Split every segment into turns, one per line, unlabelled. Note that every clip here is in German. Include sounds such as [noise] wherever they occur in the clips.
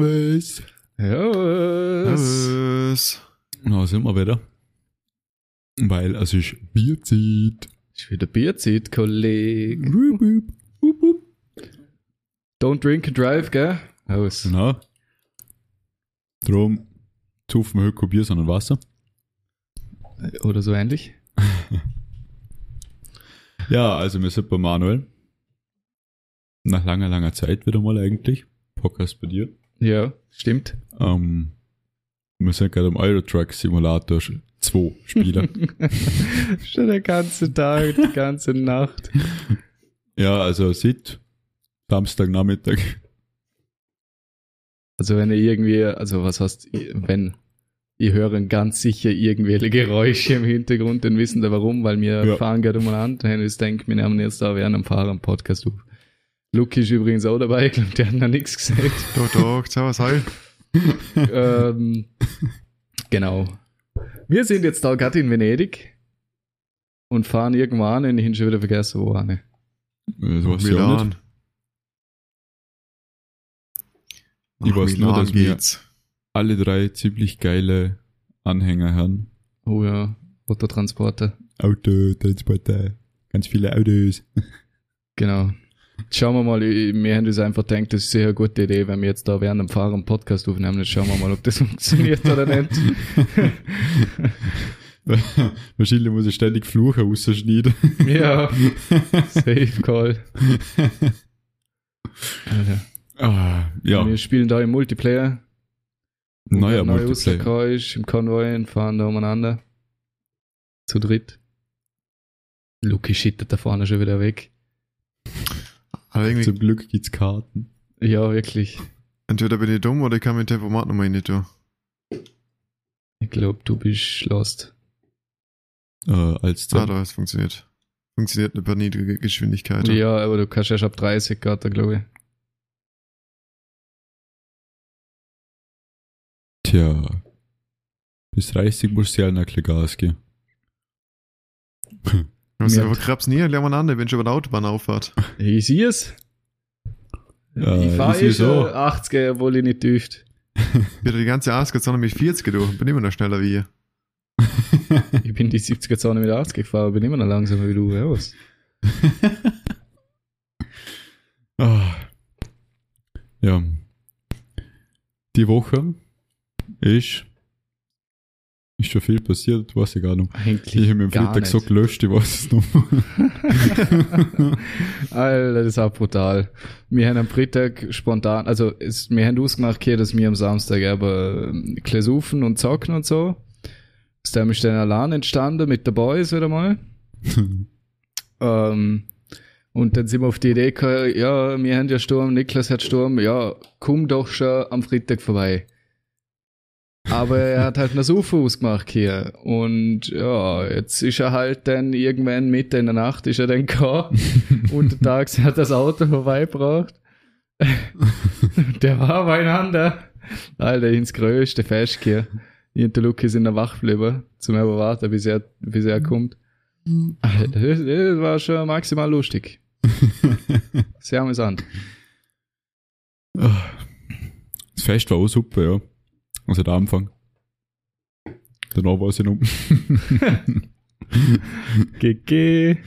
Servus.
Servus.
Servus.
Na, sind wir wieder. Weil es ist Bierzeit.
Ist wieder Bierzeit, Kollege.
Wup, wup, wup, wup.
Don't drink and drive, gell? Aus.
Genau. Drum zupfen wir heute kein Bier, sondern Wasser.
Oder so ähnlich.
Ja, also wir sind bei Manuel. Nach langer, langer Zeit wieder mal eigentlich. Podcast bei dir.
Ja, stimmt.
Ähm, wir sind gerade im Eurotruck Simulator 2 Spieler.
Schon den ganzen Tag, [laughs] die ganze Nacht.
ja, also seit Samstagnachmittag.
Also wenn ihr irgendwie, also was heißt, wenn ihr hören ganz sicher irgendwelche Geräusche im Hintergrund, dann wissen wir warum, weil wir
Ja.
fahren gerade mal an. Hennis denkt, wir nehmen jetzt da während dem Fahren einen Podcast auf. Luki ist übrigens auch dabei, ich glaube, der hat noch nichts gesagt.
Doch, doch, servus, hi.
ähm, genau. Wir sind jetzt da gerade in Venedig und fahren irgendwo an und ich habe schon wieder vergessen, wo an.
Das weiß ich auch nicht.
Nach
Ich weiß nur,
Milan
dass wir-
geht's.
Alle drei ziemlich geile Anhänger haben.
Oh ja, Autotransporter.
Autotransporter. Ganz viele Autos.
Genau. Jetzt Schauen wir mal, ich- wir haben uns einfach gedacht, das ist eine sehr gute Idee, wenn wir jetzt da während dem Fahren einen Podcast aufnehmen. Jetzt schauen wir mal, ob das [laughs] funktioniert oder nicht.
[laughs] Wahrscheinlich muss ich ständig Fluche rausschneiden.
ja, safe call. Alter.
Ah, ja,
Wir spielen da im Multiplayer. wo
neuer
gerade neu
Multiplayer.
rausgekommen ist, im Konvoi und fahren da umeinander. Zu dritt. Lucky schittet da vorne schon wieder weg.
Aber Also irgendwie,
Zum Glück gibt's Karten.
Ja, wirklich.
entweder bin ich dumm oder ich kann mein Tempomat nochmal nicht tun.
Ich glaube, du bist lost.
Äh, als
Ah,
Zeit.
da, es funktioniert. Funktioniert nicht bei niedriger Geschwindigkeit.
Ja, aber du kannst erst ab 30 Grad, glaube ich.
Tja. Bis 30 musst du ja nach Gas gehen.
Ich weiß nicht,
mir
aber krabs nie, lernen wir an, ich bin schon bei
[laughs]
der Autobahnauffahrt.
Ich sehe es.
Ja,
ich fahre
ich
eh
seh's
schon
auch.
80, obwohl ich nicht dürfte.
Ich bin die ganze Asgard-Sonne mit 40 durch, bin immer noch schneller wie ihr.
[laughs]
Ich bin die 70er Zone mit 80 gefahren, bin immer noch langsamer wie du. Ja, was?
Ah. Ja. Die Woche ist, ist schon viel passiert, weiß ich gar nicht.
Eigentlich
Ich habe mir am
gar
Freitag
nicht.
so gelöscht, ich weiß es noch.
Alter, das ist auch brutal. Wir haben am Freitag spontan, also es, wir haben ausgemacht hier, dass wir am Samstag aber Klausufen und zocken und so. Aus dem ist dann ein Alarm entstanden mit den Boys wieder mal. [laughs] Ähm, und dann sind wir auf die Idee gekommen, ja, wir haben ja Sturm, Niklas hat Sturm, ja, komm doch schon am Freitag vorbei. Aber er hat halt eine Sofa ausgemacht hier. Und ja, jetzt ist er halt dann irgendwann mitten in der Nacht ist er dann gekommen. Untertags hat das Auto vorbeigebracht. Der war beieinander. Alter, ins größte Fest hier. Ich und der Luki sind noch wach geblieben, zum Überwarten, bis er, bis er kommt. Alter, das, das war schon maximal lustig.
[laughs]
Sehr amüsant.
Ah. Das Fest war auch super, ja. Also der Anfang. Danach war es ja noch.
[laughs] GG.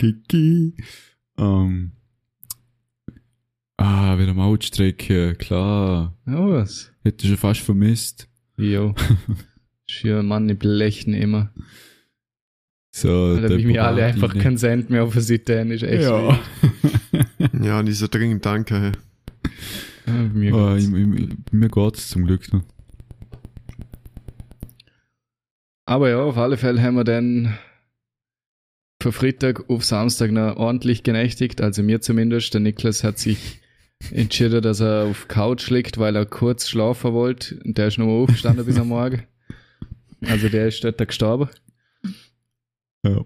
Kiki. Ähm. Ah, wieder Mautstrecke, klar.
Ja, was?
Hätte ich schon fast vermisst.
Jo.
[laughs]
Schier Mann, die blechen immer.
So,
Da
der
wie mir alle einfach
Bobadine.
keinen Cent mehr auf der Seite haben, ist echt.
Ja.
Ja, und dieser dringend Danke, hey.
wild. Ja, mir
Ah,
geht's.
ich- ich- Mir geht's zum Glück noch.
Aber ja, auf alle Fälle haben wir dann für Freitag auf Samstag noch ordentlich genächtigt, also mir zumindest. Der Niklas
[laughs]
hat sich entschieden, dass er auf Couch liegt, weil er kurz schlafen wollte. Und der ist nochmal aufgestanden bis am Morgen. Also der ist dort gestorben. [laughs]
Ja.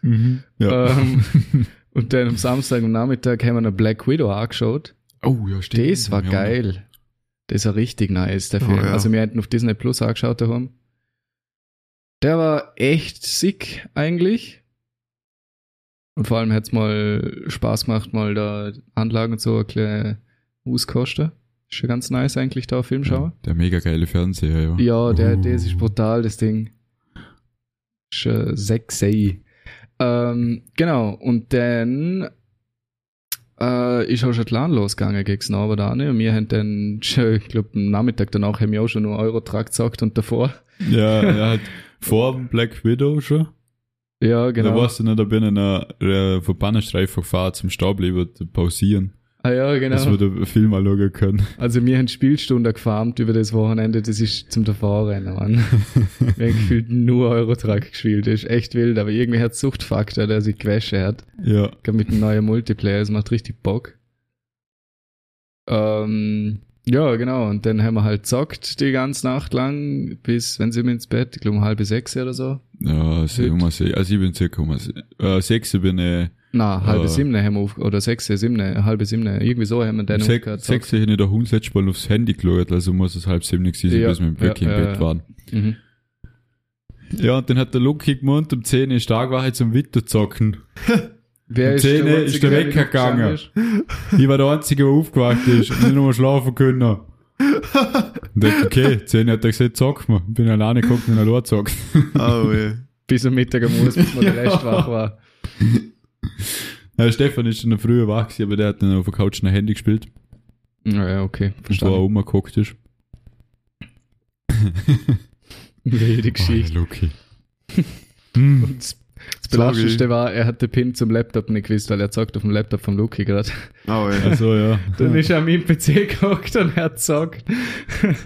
mhm. ja.
[laughs]
Ähm, und dann am Samstag am Nachmittag haben wir eine Black Widow angeschaut.
oh, ja,
Das war
Ja,
geil. Das war richtig nice, der
Oh,
Film.
ja.
Also wir hätten auf Disney Plus angeschaut daheim. Der war echt sick eigentlich. Und vor allem hat es mal Spaß gemacht, mal da Anlagen und so ein bisschen auskosten. Ist schon ganz nice eigentlich da, Film schauen.
Der mega geile Fernseher, ja.
Ja, der,
Uh.
das ist brutal, das Ding. Ist äh, sexy. Ähm, genau, und dann äh, ist auch schon die Lahn losgegangen gegen den Abend an. Und wir haben dann, [laughs] schon, ich glaube, am Nachmittag danach haben wir auch schon nur Euro-Trag gezockt und davor.
Ja, er hat vor dem Black Widow schon.
Ja,
Da
genau.
warst du nicht, da bin ich in einer Verbannenstreifen gefahren zum Staubleben zu pausieren,
Ah, ja,
dass
genau.
wir den Film anschauen können. [laughs]
Also wir haben Spielstunde gefarmt über das Wochenende, das ist zum Davorrennen, Mann. wir haben gefühlt nur Euro-Truck gespielt, das ist echt wild, aber irgendwie hat Suchtfaktor, der sich gewäscht hat.
Ja.
Gerade mit dem neuen Multiplayer, es macht richtig Bock. Ähm, ja, genau. Und dann haben wir halt zockt die ganze Nacht lang, bis, wenn sie mir ins Bett, ich glaube um halbe sechs oder so.
Ja, also,
Gut.
um se- also ich bin circa um se- äh, sechs, ich bin äh,
Na, halbe
Ja.
siebne haben wir auf, oder sechs, siebne, halbe siebne, irgendwie so haben wir
um
dann
sech,
aufgehört
sechs
zockt.
habe ich nicht auch letztes Mal aufs Handy geschaut, also muss es halb sieben gewesen sein,
Ja,
bis wir im Glück
ja,
im
ja,
Bett
ja.
waren.
Mhm.
Ja, und dann hat der Lucky gemeint, um 10 Uhr stark war halt zum Witterzocken.
Wer
Um
ist der
zehn
Einzige,
ist der Wecker
nicht
gegangen.
gestanden
Ich war der Einzige, der aufgewacht ist und nicht nochmal schlafen können. Und dachte, okay, 10 Uhr hat er gesagt, zock mal. Bin alleine geguckt und allein zockt.
Oh, [laughs] weh.
ist? Bis am Mittag am Muss, bis man der Rest wach war.
Ja, Stefan ist schon früher wach gewesen, aber der hat dann auf der Couch ein Handy gespielt,
Naja, okay,
wo er
verstanden.
Oma geguckt ist.
[laughs] Wilde Geschichte.
Oh, Lucky. Hm.
Und das- das Belastendste
Sorry.
war, er hat den Pin zum Laptop nicht gewusst, weil er zockt auf dem Laptop vom Luki gerade.
Oh, weh.
Also ja.
Dann ist er an meinem PC gehockt und er hat gesagt. [laughs]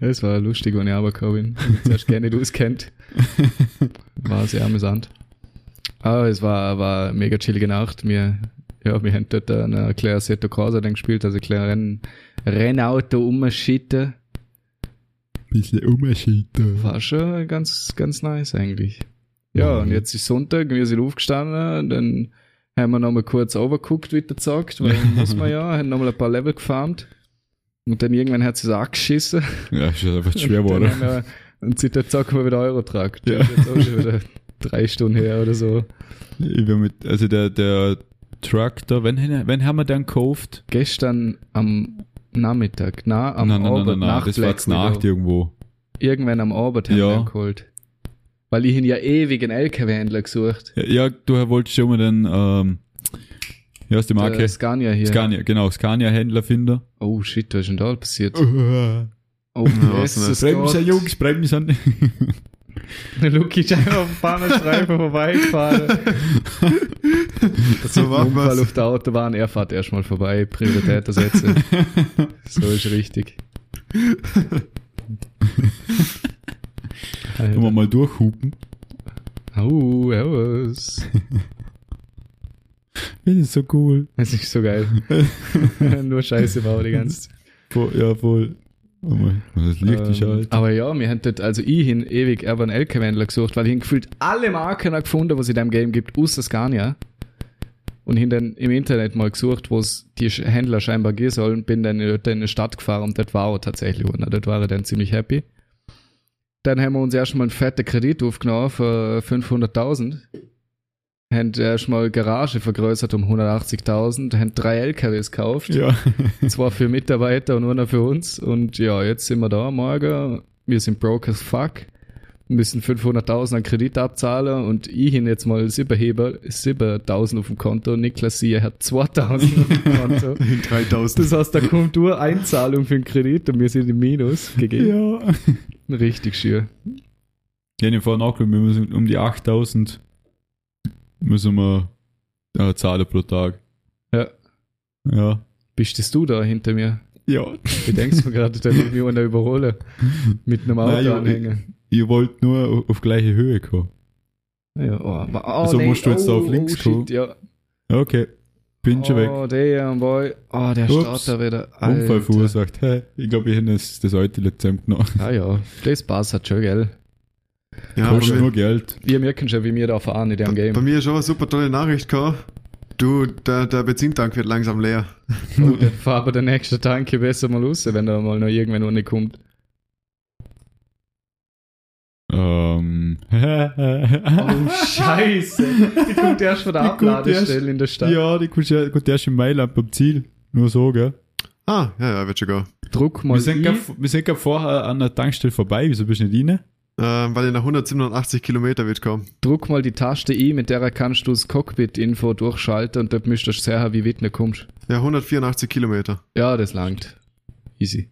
Das war lustig, wenn ich runtergekommen bin. Ich zuerst gerne nicht auskennt. War sehr amüsant. Aber es war, war eine mega chillige Nacht. Wir, ja, wir haben dort eine kleine Assetto Corsa dann gespielt, also ein kleines Renn, Rennauto umschitten.
Bisschen umschieden.
War schon ganz, ganz nice eigentlich. Ja, und jetzt ist Sonntag, wir sind aufgestanden, dann haben wir nochmal kurz overguckt, wie der sagt, [laughs] weil muss man ja, haben nochmal ein paar Level gefarmt. Und dann irgendwann hat sie es [laughs] angeschissen.
Ja, ist einfach schwer
Und dann
geworden.
haben wir- Und seitdem zocken wir wieder Euro tragt.
Ja.
Das ist jetzt auch schon wieder drei Stunden her oder so.
Ich bin mit, also der, der Truck da, wann, wann haben wir dann gekauft?
Gestern am Nachmittag, na, am Abend, nach
das war
Black
jetzt Nacht
Widow.
irgendwo.
Irgendwann am Abend haben
Ja.
wir ihn geholt. Weil ich ihn ja ewig einen LKW-Händler gesucht.
Ja, ja, du wolltest schon mal den, ähm, wie heißt die Marke?
Der Scania hier.
Scania, genau, Scania-Händler
[laughs]
finden.
Oh shit, was ist denn da passiert?
Bremsen,
Oh,
was
Jesus
also
Gott.
Jungs,
[laughs]
bremsen.
Der Luki ist einfach auf dem Bahnstreifen vorbeigefahren.
[laughs]
Das ist
So
ein
machen
Unfall
wir's.
auf der Autobahn. Er fährt erstmal vorbei. Priorität ersetzen. so ist richtig.
Können wir mal
[laughs]
durchhupen?
Oh, was.
Das ist so
[laughs]
cool.
Das ist so geil. Nur Scheiße war die ganze Zeit.
Voll, ja, voll. Oh mein, das Licht ist
Ähm,
halt.
aber ja, wir haben dort, also ich hin ewig aber einen LKW-Händler gesucht, weil ich hin gefühlt alle Marken hab gefunden, was es in dem Game gibt, außer Scania. Und hin dann im Internet mal gesucht, wo es die Sch- Händler scheinbar gehen sollen, bin dann dort in eine Stadt gefahren und dort war er tatsächlich einer. Dort war er dann ziemlich happy. Dann haben wir uns erstmal einen fetten Kredit aufgenommen für 500.000. Haben erstmal Garage vergrößert um 180.000, haben drei LKWs gekauft
Ja.
zwar für Mitarbeiter und einer für uns. Und ja, jetzt sind wir da morgen. Wir sind broke as fuck. Müssen 500.000 an Kredit abzahlen und ich hin jetzt mal 7.000 auf dem Konto. Niklas Siehe hat 2.000 auf dem Konto.
In 3000.
Das heißt, da kommt nur Einzahlung für den Kredit und wir sind im Minus gegeben.
[laughs] ja.
Richtig schier.
Ich habe vorhin auch gesagt, wir müssen um die 8000 müssen wir äh, zahlen pro Tag.
Ja.
Ja.
Bist du da hinter mir?
Ja.
Wie denkst du gerade, da will mich einer überholen? Mit einem
Nein,
Auto
ich-
anhängen.
Ihr wollt nur au- auf gleiche Höhe kommen.
Ja, oh, oh,
Also musst du jetzt da auf links
oh,
kommen?
shit, ja.
Okay. Bin schon weg.
Oh, damn, boy. Oh, der
Ups.
Ups. startet wieder.
Unfall
Alter.
verursacht. Hey, ich glaube, ich hätte das, das alte Lizenz genommen.
Ah ja, das passt halt schon, gell?
Ja, bei
Kostet
mir,
nur Geld.
Wir merken schon, wie wir da fahren in dem
bei
Game.
mir ist schon eine super tolle Nachricht gekommen. Du, der, der Benzintank wird langsam leer.
Oh, dann fahr aber der nächste Tanke besser mal raus, wenn da mal noch irgendwann ohne kommt.
Ähm. [laughs]
Oh, scheiße. Die kommt erst von der
Die kommt
Abladestelle in der Stadt.
ja, die kommst ja- gut, der ist in Mailand beim Ziel. Nur so, gell?
Ah, ja, ja, wird schon gehen.
druck mal
Wir sind,
ein.
grad, wir sind grad vorher an der Tankstelle vorbei, wieso bist du nicht rein?
Ähm, weil ich nach 187 Kilometer wird kommen.
druck mal die Taste i, mit der kannst du das Cockpit-Info durchschalten und dort müsstest du sehen, wie weit du kommst.
Ja, 184 Kilometer.
Ja, das langt. Easy.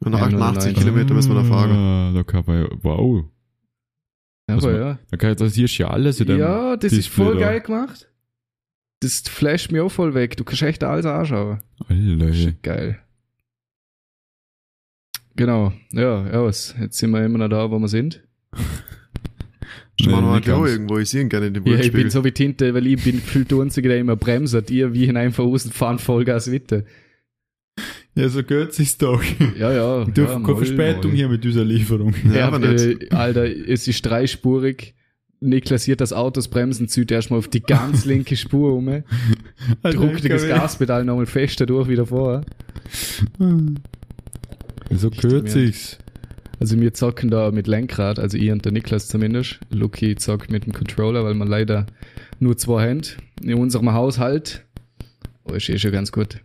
Und nach
Ja, nur
88
leider. Hm,
Kilometer müssen wir da fahren.
Ah, Da kann man, ja- wow. Was
Aber
ma-
ja.
Da kann, das hier ist ja alles in dem
Ja, das ist
Display
voll
da.
geil gemacht. Das flasht mich auch voll weg. Du kannst echt alles anschauen.
Alter.
Geil. Genau. Ja, ja, was? Jetzt sind wir immer noch da, wo wir sind.
Schauen wir
Nee,
mal
nicht
auch
ganz.
irgendwo. Ich sehe ihn gerne in den
Ja, ich bin
Rückspiegel.
so wie Tinte, weil ich bin gefühlt der Einzige, der immer bremst. Ihr wie hinein außen fahren Vollgas weiter.
Ja, so gehört sich's doch.
Ja,
Wir
ja. ja,
dürfen
moll,
keine Verspätung
moll.
hier mit dieser
[laughs]
Lieferung.
Ja,
Ja,
aber nicht.
äh, Alter, es ist dreispurig. Niklas hier das Autos bremsen, zieht erstmal auf
[laughs]
die ganz linke Spur um. Druckt das Gaspedal nochmal fest dadurch wieder vor.
So gehört sich's.
Also wir zocken da mit Lenkrad, also ihr und der Niklas zumindest. Luki zockt mit dem Controller, weil man leider nur zwei Hände in unserem Haushalt. Oh, ist eh schon ganz gut.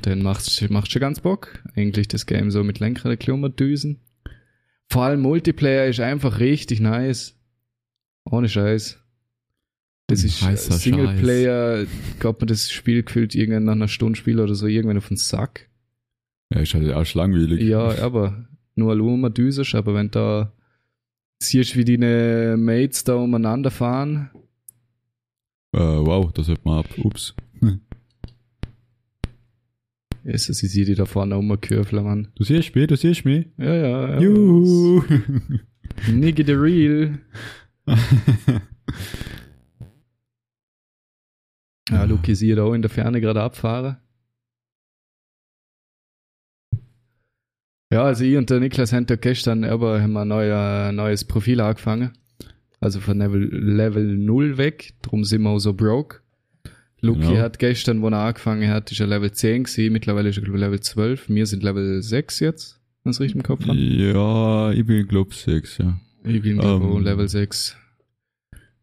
Dann macht's, macht's schon ganz Bock. Eigentlich das Game so mit Lenkrad düsen. Vor allem Multiplayer ist einfach richtig nice. Ohne Scheiß. Das ist
Heißer
Singleplayer. Ich glaube, das Spiel gefühlt irgendwann nach einer Stunde Spiel oder so irgendwann auf den Sack.
Ja, ist halt auch langweilig.
Ja, aber nur Luma düsisch, aber wenn da siehst, wie deine Mates da umeinander fahren,
Äh, wow, das hört man ab. Ups.
ist es, ich sehe die da vorne rumkürfeln, Mann.
Du siehst mich, du siehst mich.
Ja, ja. ja
Juhu.
Nigga the real. Ja, Luki, siehe da auch in der Ferne gerade abfahren. Ja, also ich und der Niklas haben da gestern aber haben wir ein neuer, neues Profil angefangen. Also von Level, Level 0 weg, drum sind wir auch so broke. Luki
Genau.
hat gestern, wo er angefangen hat, ist er Level 10 gewesen, mittlerweile ist er glaub ich, Level 12. Wir sind Level 6 jetzt, wenn ich richtig im Kopf
[laughs]
habe.
ja, ich bin Club 6, ja.
Ich bin glaub
Ähm.
auch Level 6.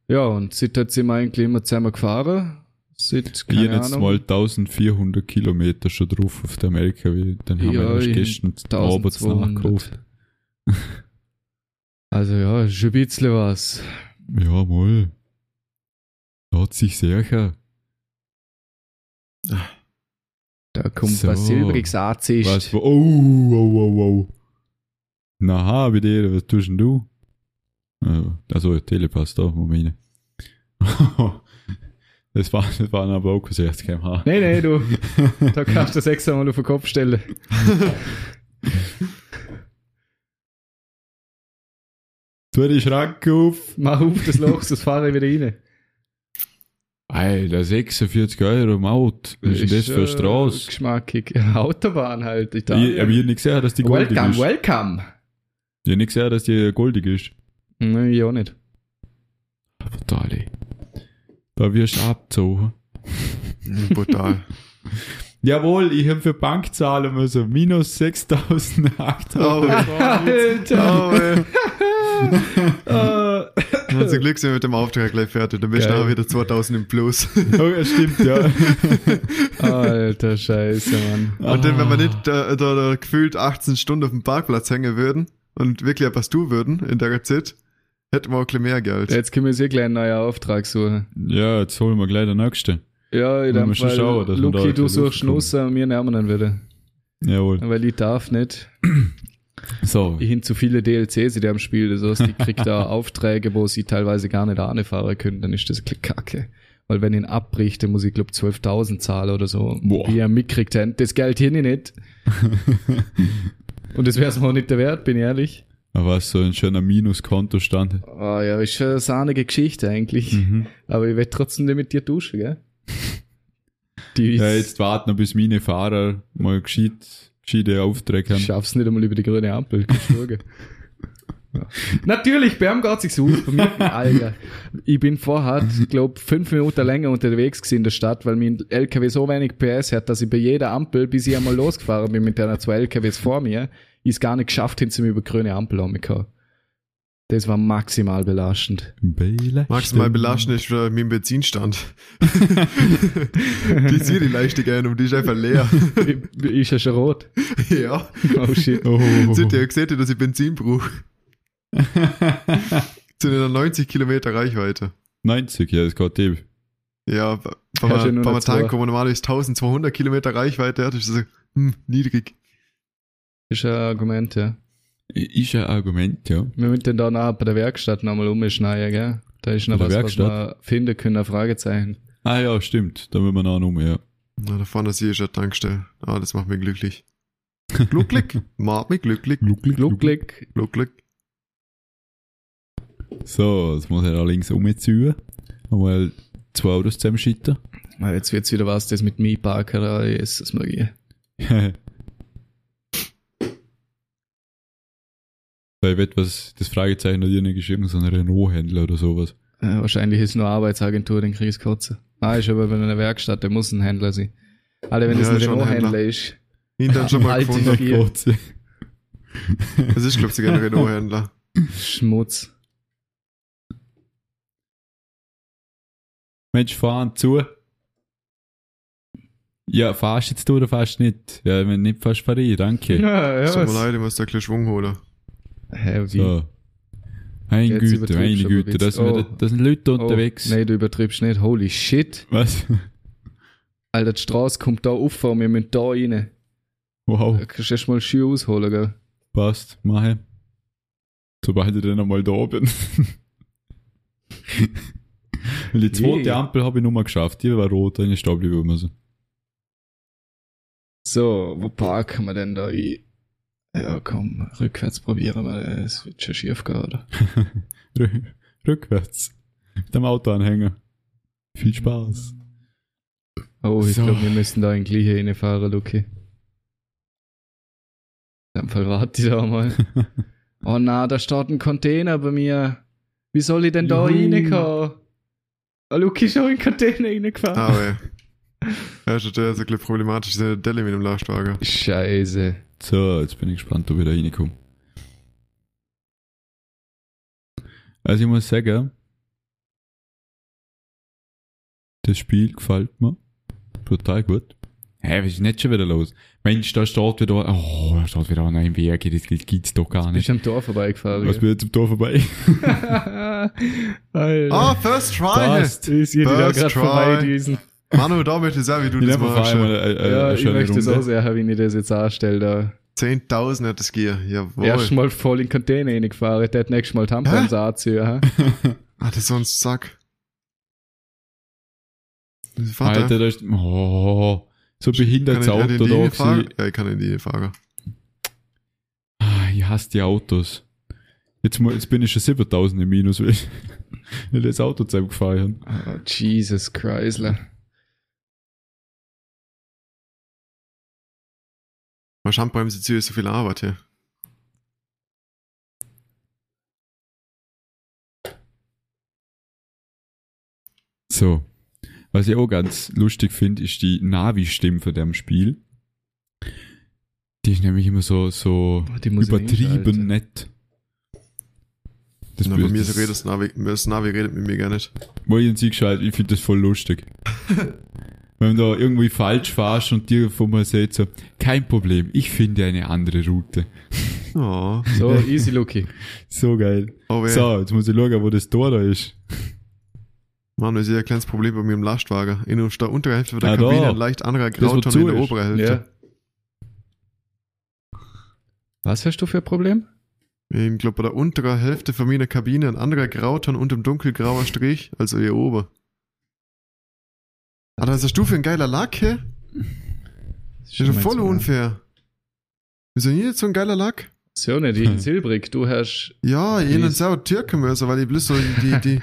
Ja, und seitdem sind wir eigentlich immer zusammen gefahren. Seit,
Ich
keine
habe jetzt
Ahnung.
mal 1400 Kilometer schon drauf auf dem LKW. Dann haben
Ja,
wir
ich
erst gestern abends
1200.
nachgekauft.
[laughs] Also ja, ist schon ein bisschen was.
Ja, mal. Hat sich sicher.
Da kommt
So.
was Silbriges anziehst.
Was, wo, oh, oh, oh, oh. Na, ha, bei dir, was tust denn du? Also, Telepass da, Moment. [laughs] das, war, das waren aber auch keine 60 km/h.
Nee, nee, du.
[laughs]
da kannst du das extra mal auf den Kopf stellen.
Tu die Schranke auf.
Mach auf das Loch, sonst fahre ich wieder rein.
Alter, 46 Euro im Auto. Was ist denn das für eine
äh,
Straße?
Geschmackig. [laughs] Autobahn halt. Ich
Ich,
dachte,
aber ich hab nicht gesehen, dass die goldig
welcome,
ist.
welcome.
Ich hab nicht gesehen, dass die goldig ist.
Nee, ich auch nicht.
Totale. Da wirst du abgezogen.
Hm, Brutal.
[laughs]
Jawohl, ich habe für Bank zahlen müssen. Minus 6.800. [laughs]
[laughs] Alter.
Oh, oh, ey.
äh,
Ja, Zum Glück sind wir mit dem Auftrag gleich fertig. Dann bist du
Geil.
auch wieder 2000
[laughs]
im Plus.
Oh, ja, stimmt, ja.
Alter Scheiße, Mann.
Und dann, wenn wir
Ah.
nicht äh, da, da, da gefühlt 18 Stunden auf dem Parkplatz hängen würden und wirklich etwas tun würden in der Zeit, hätten wir auch ein bisschen mehr Geld.
Jetzt können wir uns hier gleich einen neuen Auftrag suchen.
ja, jetzt holen wir gleich den nächsten.
Ja, ich
Wir
denke,
müssen
weil
schauen, dass wir da
Luki, du
etwas
suchst einen
aufkommen.
raus und wir nehmen ihn wieder.
Jawohl.
Weil ich darf nicht.
So.
Ich hin zu viele DLCs in dem Spiel. Das heißt, ich krieg [laughs] da Aufträge, wo sie teilweise gar nicht anfahren können. Dann ist das ein bisschen kacke. Weil wenn ich ihn abbricht, dann muss ich glaube 12.000 zahlen oder so.
Boah.
Wie er mitkriegt hat. Das Geld hier [laughs] nicht. Und das wäre es mir auch nicht der Wert, bin ich ehrlich.
Aber was so ein schöner Minuskontostand.
Ah ja, ist schon eine sahnige Geschichte eigentlich.
Mhm.
Aber ich werde trotzdem nicht mit dir duschen, gell? Die
Ja, jetzt warten noch, bis meine Fahrer mal gescheit, gescheite Aufträge
Ich
haben.
schaff's nicht einmal über die grüne Ampel. kannst du schauen. [laughs] ja. Natürlich, Bern geht sich's aus. Bei [laughs] mir, Alter. Ich bin vorher, glaub, fünf Minuten länger unterwegs gewesen in der Stadt, weil mein LKW so wenig PS hat, dass ich bei jeder Ampel, bis ich einmal losgefahren bin mit einer zwei LKWs vor mir, ich es gar nicht geschafft hin zum über grüne Ampel haben Das war maximal belastend. [laughs]
Belastend.
Maximal belastend ist äh, mit dem Benzinstand. die ziehe die Leistung ein und die ist einfach
[laughs]
leer.
Ich- Ist ja schon rot.
ja.
Oh shit.
Oh.
Seht ihr, seht ihr, dass ich Benzin
[laughs]
brauche? Sind in einer 90 Kilometer Reichweite.
90, ja, ist gerade die.
Ja, bei
Hast du nur noch
beim
zwei.
Tank, wo man normalerweise 1200 Kilometer Reichweite hat, ist das so, hm, niedrig.
Ist ein Argument, ja.
Ist ja ein Argument, ja.
Wir müssen den da nach bei der Werkstatt nochmal umschneiden, gell? Da ist noch
Bei
was,
der
was wir finden können, ein Fragezeichen.
Ah ja, stimmt. Da will man auch um, ja.
Na, da vorne sehe ich eine Tankstelle. Ah, das macht mich glücklich.
[laughs]
Glücklich. macht mich glücklich.
Glucklig,
Glucklig.
Glücklich.
So, jetzt muss er da links umziehen. Einmal zwei Autos zusammenschitten.
Ah, Jetzt wird's wieder was, das mit Mi Parker, ah, Jesus Maria.
[laughs] so, ich wette, was das Fragezeichen hat dir nicht geschrieben, sondern Renault-Händler oder sowas.
Äh, wahrscheinlich ist nur eine Arbeitsagentur, den kriegst du kotzen. Ah, ist aber bei einer Werkstatt, der muss ein Händler sein. Alter, wenn das
Ja,
ein
ist schon ein
Renault-Händler
Händler.
ist.
Ihn
[laughs]
dann schon mal
Alte
gefunden.
Vier.
Gott.
Das ist, glaube ich, sogar ein
[laughs]
Renault-Händler.
Schmutz.
[laughs] Mensch, fahren zu. Ja, fahrst jetzt du oder fahrst nicht? Ja, wenn nicht, fahrst fahr ich, danke.
Ja,
Tut mir
was?
leid, ich muss da ein bisschen Schwung holen.
Hä, wie?
So. Meine
Jetzt
Güte,
übertreibst
meine
du aber
Güte,
Witz.
da sind,
Oh.
wieder- da sind Leute
Oh,
unterwegs.
Nein, du übertreibst nicht. Holy shit.
Was? [laughs]
Alter, die Straße kommt da auf und wir müssen da rein.
Wow,
Du kannst erst mal Schuhe ausholen, gell?
passt, mache. Sobald ich dann einmal da bin. Weil die zweite
Je.
Ampel habe ich nur mal geschafft, die war rot, eine Staub bleiben müssen.
So, wo parken wir denn da ein? Ja, komm, rückwärts probieren wir. Es wird schon schief gehen, oder?
Rü- Rückwärts. Mit dem Autoanhänger. Viel Spaß.
Oh, ich
So.
glaube, wir müssen da in Gleiche reinfahren, Luki. Dann verrate ich
[laughs]
da mal. oh na, da steht ein Container bei mir. Wie soll ich denn da
Juhu.
reinkommen? Oh, Luki ist auch in den Container reingefahren.
Ah.
Aber Ah, oh, ja. Ja, ist natürlich so ein bisschen problematisch, diese Delle mit dem Lastwagen.
Scheiße.
So, jetzt bin ich gespannt, ob ich da reinkomme. Also ich muss sagen, das Spiel gefällt mir total gut. Hä, hey, was ist denn jetzt schon wieder los? Mensch, da steht wieder, oh, da steht wieder einer im Weg, das gibt's doch gar
Ich
nicht.
bin am Tor vorbeigefahren.
Was bin jetzt zum Tor vorbei?
[laughs] Alter.
Ah, first try!
Passt.
ist hier wieder
First
gerade
try.
vorbei diesen.
Manu, da möchte ich sagen, wie du
Ich
das
nehme vor
machst.
allem mal eine, eine,
ja,
Äh, eine
ich
schöne
möchte es auch
Runde.
sehr, haben, wenn ich das jetzt anstelle. Da.
10.000 hat das Gier, jawohl.
Erstmal voll in den Container reingefahren, der hat nächstes Mal Tampons anziehen. hä?
[laughs]
Ah, das ist sonst Sack. Warte,
Alter, da ist, oh, so behindert das
kann ich
Auto
in die
da
Linie
gewesen.
fahren? Ja, ich kann in die Linie fahren.
Ah, ich hasse die Autos. Jetzt, mu- jetzt bin ich schon 7000 im Minus, weil [laughs] ich weil ich das Auto zusammengefahren habe.
Ah.
Oh, Jesus Chrysler.
Mal schauen, beim Sizilien ist so viel Arbeit hier.
So. Was ich auch ganz lustig finde, ist die Navi-Stimme von dem Spiel. Die ist nämlich immer so, so
Oh, die muss ich
übertrieben
einschalten.
nett.
Das Na, bei mir so
das-
redet das Navi, das Navi redet mit mir gar nicht.
Wo ich sie gescheit, ich finde das voll
[laughs]
lustig. Wenn du da irgendwie falsch fährst und dir von mir sagt so, kein Problem, ich finde eine andere Route.
Oh,
So, easy Lucky.
So geil.
aber ja,
So, jetzt muss ich schauen, wo das Tor da ist.
Manu, ist ja ein kleines Problem bei mir im Lastwagen. In der der unteren Hälfte von der
Ah, da.
Kabine ein leicht anderer
wo
Grauton
zu
in der
ist.
oberen
Ja.
Hälfte.
Was hast du für ein Problem?
Ich glaube, bei der unteren Hälfte von meiner Kabine ein anderer Grauton und ein dunkelgrauer Strich, also ihr ober. Ah, das ist du für ein geiler Lack, hä?
Das
Das ist
schon
ja voll
mein Zimmer.
unfair. Wieso hier jetzt so ein geiler Lack?
So nicht, ich bin silbrig. Du hast.
Ja, jenen
Please.
selber Türken müssen, also, weil die bloß so die, die,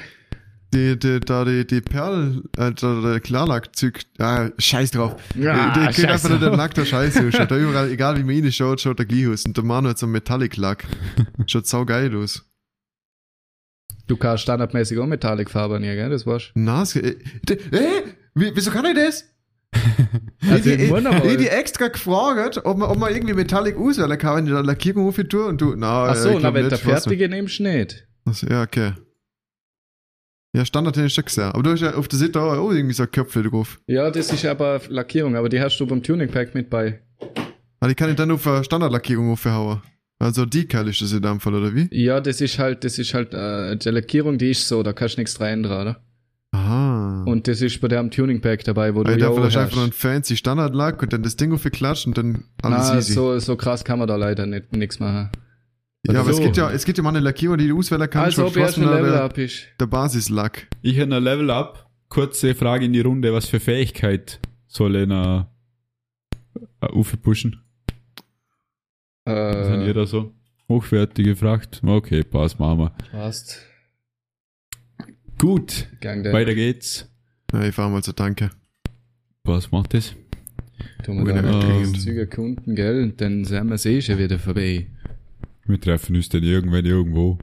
die, die, da die, die Perl, äh, da der Klarlack zückt. Ah, scheiß drauf.
Ah,
der geht
scheiß
einfach nur den
drauf.
Lack der Scheiße. aus. Schaut [laughs] da überall, egal wie man ihn schaut, schaut der gleich aus. Und der Manu hat so einen [laughs] Metallic-Lack. Schaut saugeil aus.
Du kannst standardmäßig auch Metallic-Farben, hier, gell? Das war's.
Nase, äh, de, äh, wie- wieso kann ich das?
Also,
ich, ich,
wunderbar.
ich die extra gefragt, ob man, ob man irgendwie Metallic auswählen kann, wenn ich da Lackierung rufe tue und du, na, äh,
Ach so,
ich glaub
na, wenn
nicht,
der
ich weiß nicht.
fertige nimmst, du nicht.
Also, ja, okay. Ja, Standardtennis schon gesehen. Aber du hast ja auf der Seite auch irgendwie so Köpfe drauf.
Ja, das ist aber Lackierung, aber die hast du beim Tuning Pack mit bei.
Aber die kann Also, ich dann auf eine Standardlackierung aufhauen. Also die Kerl ist das in dem Fall, oder wie?
Ja, das ist halt, das ist halt, äh, die Lackierung, die ist so, da kannst du nichts dran ändern, oder?
Aha.
Und das ist bei der am Tuning Pack dabei, wo
Weil
du
da
ja auch
Ah, vielleicht
hast.
einfach noch ein fancy Standardlack und dann das Ding aufgeklatscht und dann alles
Na,
easy.
so, so krass kann man da leider nicht, nix machen.
ja, aber es
so.
gibt ja, es gibt ja mal eine Lackierung, die du auswählen kannst,
Also, ob er schon
Flossner
Level
der,
Up ist.
der Basislack.
Ich habe ein Level Up. Kurze Frage in die Runde. Was für Fähigkeit soll einer äh, aufpushen? Das hat
Äh,
jeder so. Hochwertige Fracht. Okay, passt, machen wir.
passt.
Gut,
Gang der.
weiter geht's.
Ja, ich fahr mal zur Tanke.
[laughs]
Was macht das?
Tun wir
Ohne
da
Erklärung.
ähm, Züge Kunden, gell? Und dann sind wir eh schon wieder vorbei.
Wir treffen uns dann irgendwann irgendwo.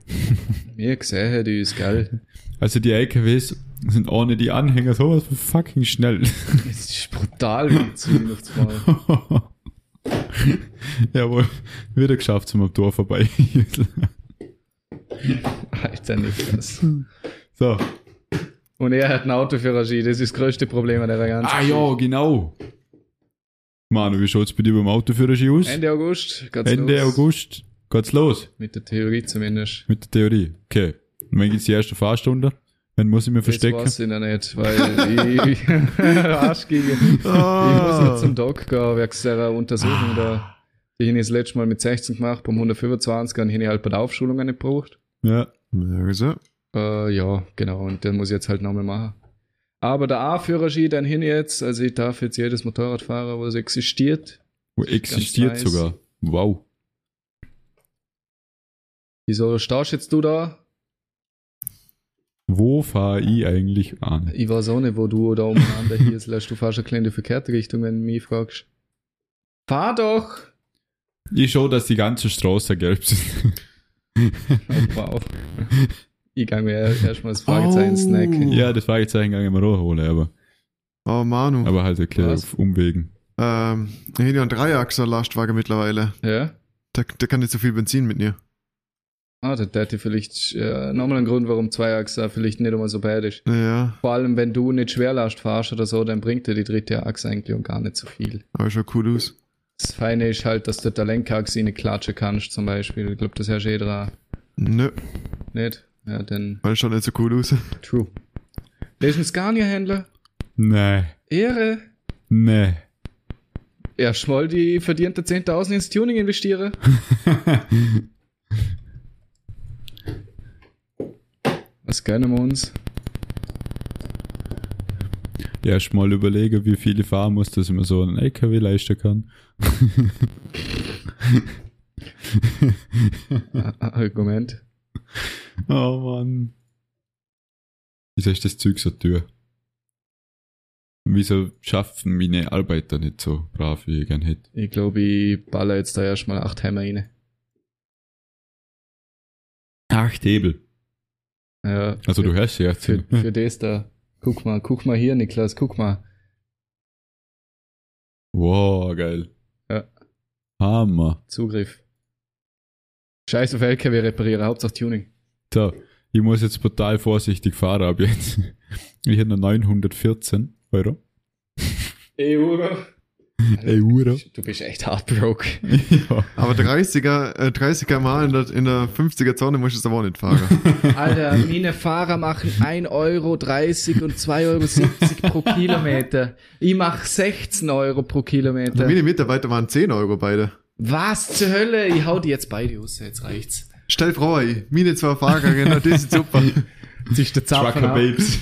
Wir sehen halt uns, gell? [laughs]
Also die LKWs sind ohne die Anhänger sowas von fucking schnell. [laughs]
Es ist brutal, wie Züge auf zwei.
[laughs]
Jawohl, wieder geschafft zum am Tor vorbei. [laughs]
Alter, Niklas.
so.
Und er hat einen Autoführerschein, das ist das größte Problem an der ganzen
Ah ja, genau. Manu, wie schaut's bei dir beim Autoführerschein aus? Ende,
Ende August geht's los.
August geht's los
Mit der Theorie zumindest.
mit der Theorie. Okay. Und wenn gibt's die erste Fahrstunde? Dann muss ich mir
Das
verstecken.
weiß ich noch nicht, weil ich Arschgege. Ich muss jetzt zum Doc gehen, wegen dieser Untersuchung da. Die habe ich das letzte Mal mit 16 gemacht, beim 125er, und habe ich halt bei der Aufschulung nicht gebraucht.
Ja.
Ja, so.
Äh, ja, genau. Und den muss ich jetzt halt nochmal machen. Aber der A-Führerschein, dann hin jetzt. Also ich darf jetzt jedes Motorrad fahren, wo es existiert.
Wo existiert
nice.
sogar. Wow.
Wieso stehst jetzt du da?
Wo fahre ich eigentlich an?
Ich weiß auch nicht, wo du da umeinander hier [laughs] lässt. Du fährst eine kleine verkehrte Richtung, wenn du mich fragst. Fahr doch!
Ich schau, dass die ganze Straße gelb sind.
Oh, wow. Ich gang mir erstmal das Fragezeichen
[laughs]
snacken.
ja, das Fragezeichen gegangen wir auch holen, aber,
Oh, Manu.
aber halt erklärt
Was?
auf Umwegen.
Ähm, ich hätte ja einen Dreiachser-Lastwagen mittlerweile.
Ja?
Der, der kann nicht so viel Benzin mit mir.
Ah, das hätte vielleicht äh, nochmal einen Grund, warum Zweiachser vielleicht nicht immer so bad ist.
Ja,
Vor allem, wenn du nicht Schwerlast fahrst oder so, dann bringt dir die dritte Achse eigentlich und gar nicht so viel.
aber schon cool aus.
Das Feine ist halt, dass du der Lenkachse in eine Klatsche kannst, zum Beispiel. Ich glaube, das herrscht eh dran.
Nö,
Nicht? Ja, dann
weil schon nicht so cool aus.
true. Der ist ein Scania-Händler.
Nee,
Ehre.
nee.
Erstmal die verdiente 10.000 ins Tuning investiere. Was gönnen wir uns?
Erst mal überlegen, wie viel ich fahren muss, dass ich mir so einen LKW leisten kann.
Ah, ah, Argument.
Oh Mann. Wieso ist das Zeug so teuer? Und Wieso schaffen meine Arbeiter nicht so brav, wie ich gern hätte?
Ich glaube, ich baller jetzt da erstmal acht Hämmer rein.
Acht Hebel.
Ja,
Also du hörst sie ja.
für, für das da. Guck mal, guck mal hier, Niklas, guck mal.
Wow, geil.
Ja.
Hammer.
Zugriff. Scheiß auf LKW reparieren, Hauptsache Tuning.
So, ich muss jetzt brutal vorsichtig fahren ab jetzt. Ich hätte noch 914 Euro.
Ey, Uro.
Ey, Euro.
Du bist echt heartbroken.
[laughs] ja.
[laughs]
Aber 30er, äh, 30er mal in der, in der 50er Zone musst du es aber auch
[laughs]
nicht fahren.
Alter, meine Fahrer machen 1,30 Euro und 2,70 Euro pro Kilometer. Ich mache 16 Euro pro Kilometer.
Meine Mitarbeiter waren 10 Euro beide.
Was zur Hölle? Ich hau die jetzt beide aus, jetzt reicht's.
Stell Frau ein, meine zwei Fahrer, genau, das
[laughs]
ist super.
Das ist der Zapfen
Trucker
ab.
Babes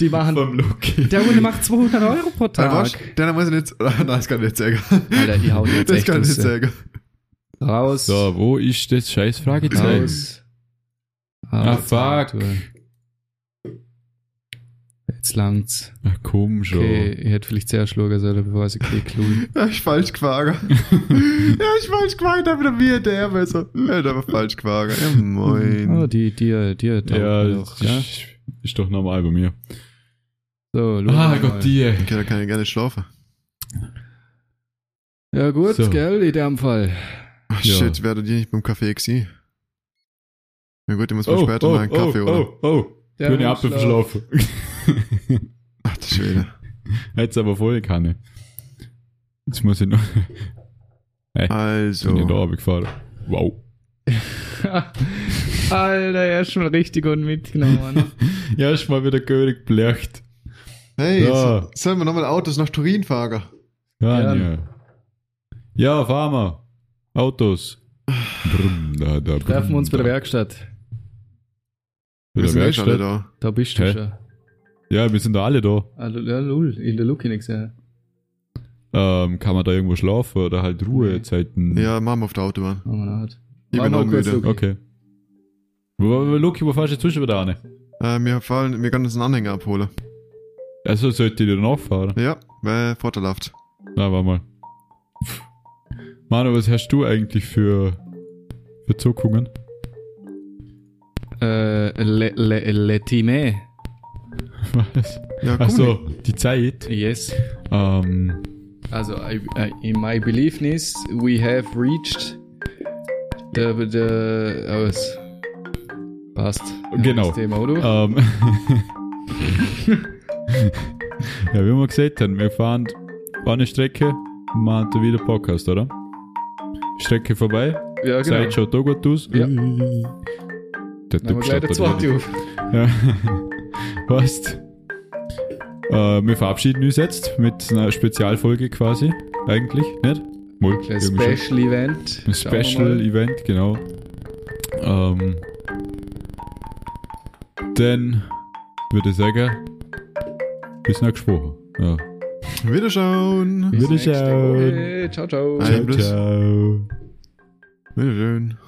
Die machen,
vom Loki.
der Hunde macht 200 Euro pro
Dann warst,
Tag.
dann muss ich nicht, [laughs] nein, das kann ich nicht sagen.
Alter, ich hau die jetzt
Das
echt
kann ich nicht
raus.
sagen.
Raus.
So, wo ist das scheiß Fragezeichen?
Raus.
Ah,
Raus,
fuck.
Arthur. Jetzt langt's.
Ach, komm schon.
Okay, ich hätte vielleicht zuerst schlagen sollen, bevor ich sie klug.
Ja, ich
[laughs]
falsch gefahren. ja, ich falsch gefahren, da wieder mir der besser. Ja, da war falsch gefahren. Ja,
Oh,
moin.
die, die, die, die
Ja,
doch, ja.
Ist, ist doch normal bei mir.
So, schauen
Ah,
wir mal.
Gott, die.
Okay, da kann ich gar nicht schlafen.
Ja, gut,
So.
gell, in dem Fall.
Oh,
Ja.
Shit, werdet ihr nicht beim Kaffee XI? Na gut, ich muss mal später mal einen Kaffee
oh,
holen.
Oh, oh,
Ja,
Bin ich ab
Schlaf.
verschlafen. [laughs]
Ach du Schwede.
Jetzt aber voll Kanne. Jetzt muss [laughs] ich noch. Bin ich da
Also,
runtergefahren. Wow.
Alter, er ist schon richtig und mitgenommen.
[laughs] Erstmal wieder König blecht.
hey,
Ja.
so- sollen wir nochmal Autos nach Turin fahren?
Ja,
Ja.
ja. ja, fahren wir. Autos. Brumm, da, da,
Treffen wir uns bei der
Werkstatt.
Werkstatt.
Bei
Wir
der
sind eh schon alle
Werkstatt.
da.
Da bist du
Hä?
schon.
Ja, wir sind da alle da.
Ah, lu- ja, lul, in der Luki nix, ja.
Ähm, kann man da irgendwo schlafen oder halt Ruhezeiten?
Ja, machen wir auf der Autobahn.
Oh mein Gott.
Ich
War
bin
noch
auch
kurz,
müde.
Luki.
Okay. Wo- wo- Luki, wo fährst du zwischen wieder an?
Äh, wir, fahren, wir können uns einen Anhänger abholen.
Also sollte ich dir nachfahren.
Ja, weil vorteilhaft.
Na, warte mal. Manu, was hast du eigentlich für, für Zuckungen? [laughs]
Äh, le, le, le time.
Was?
Ja,
Ach
komm.
so, die Zeit.
Yes.
Ähm,
Also, I, I, in my beliefness, we have reached the, the, oh, es passt.
Genau.
Das Thema, oder?
ähm. [laughs] ja, wie wir gesagt haben, wir fahren eine Strecke und machen dann wieder Podcast, oder? Strecke vorbei,
ja, genau.
Zeit schaut auch gut aus.
Ja.
Der
Dann haben wir gleich der
startet wieder.
zweite auf.
Ja. [laughs] Passt. Äh, wir verabschieden uns jetzt mit einer Spezialfolge quasi. Eigentlich, nicht? Mal,
Ein
irgendwie
Special Event.
schon. Ein
Schauen wir mal.
Special Event, genau. Ähm, dann würde ich sagen, bis nächste Woche. Ja.
Wiederschauen.
Bis nächste
Wiederschauen.
Woche. Ciao, ciao.
Ein Blitz.
ciao.
Wiederschauen.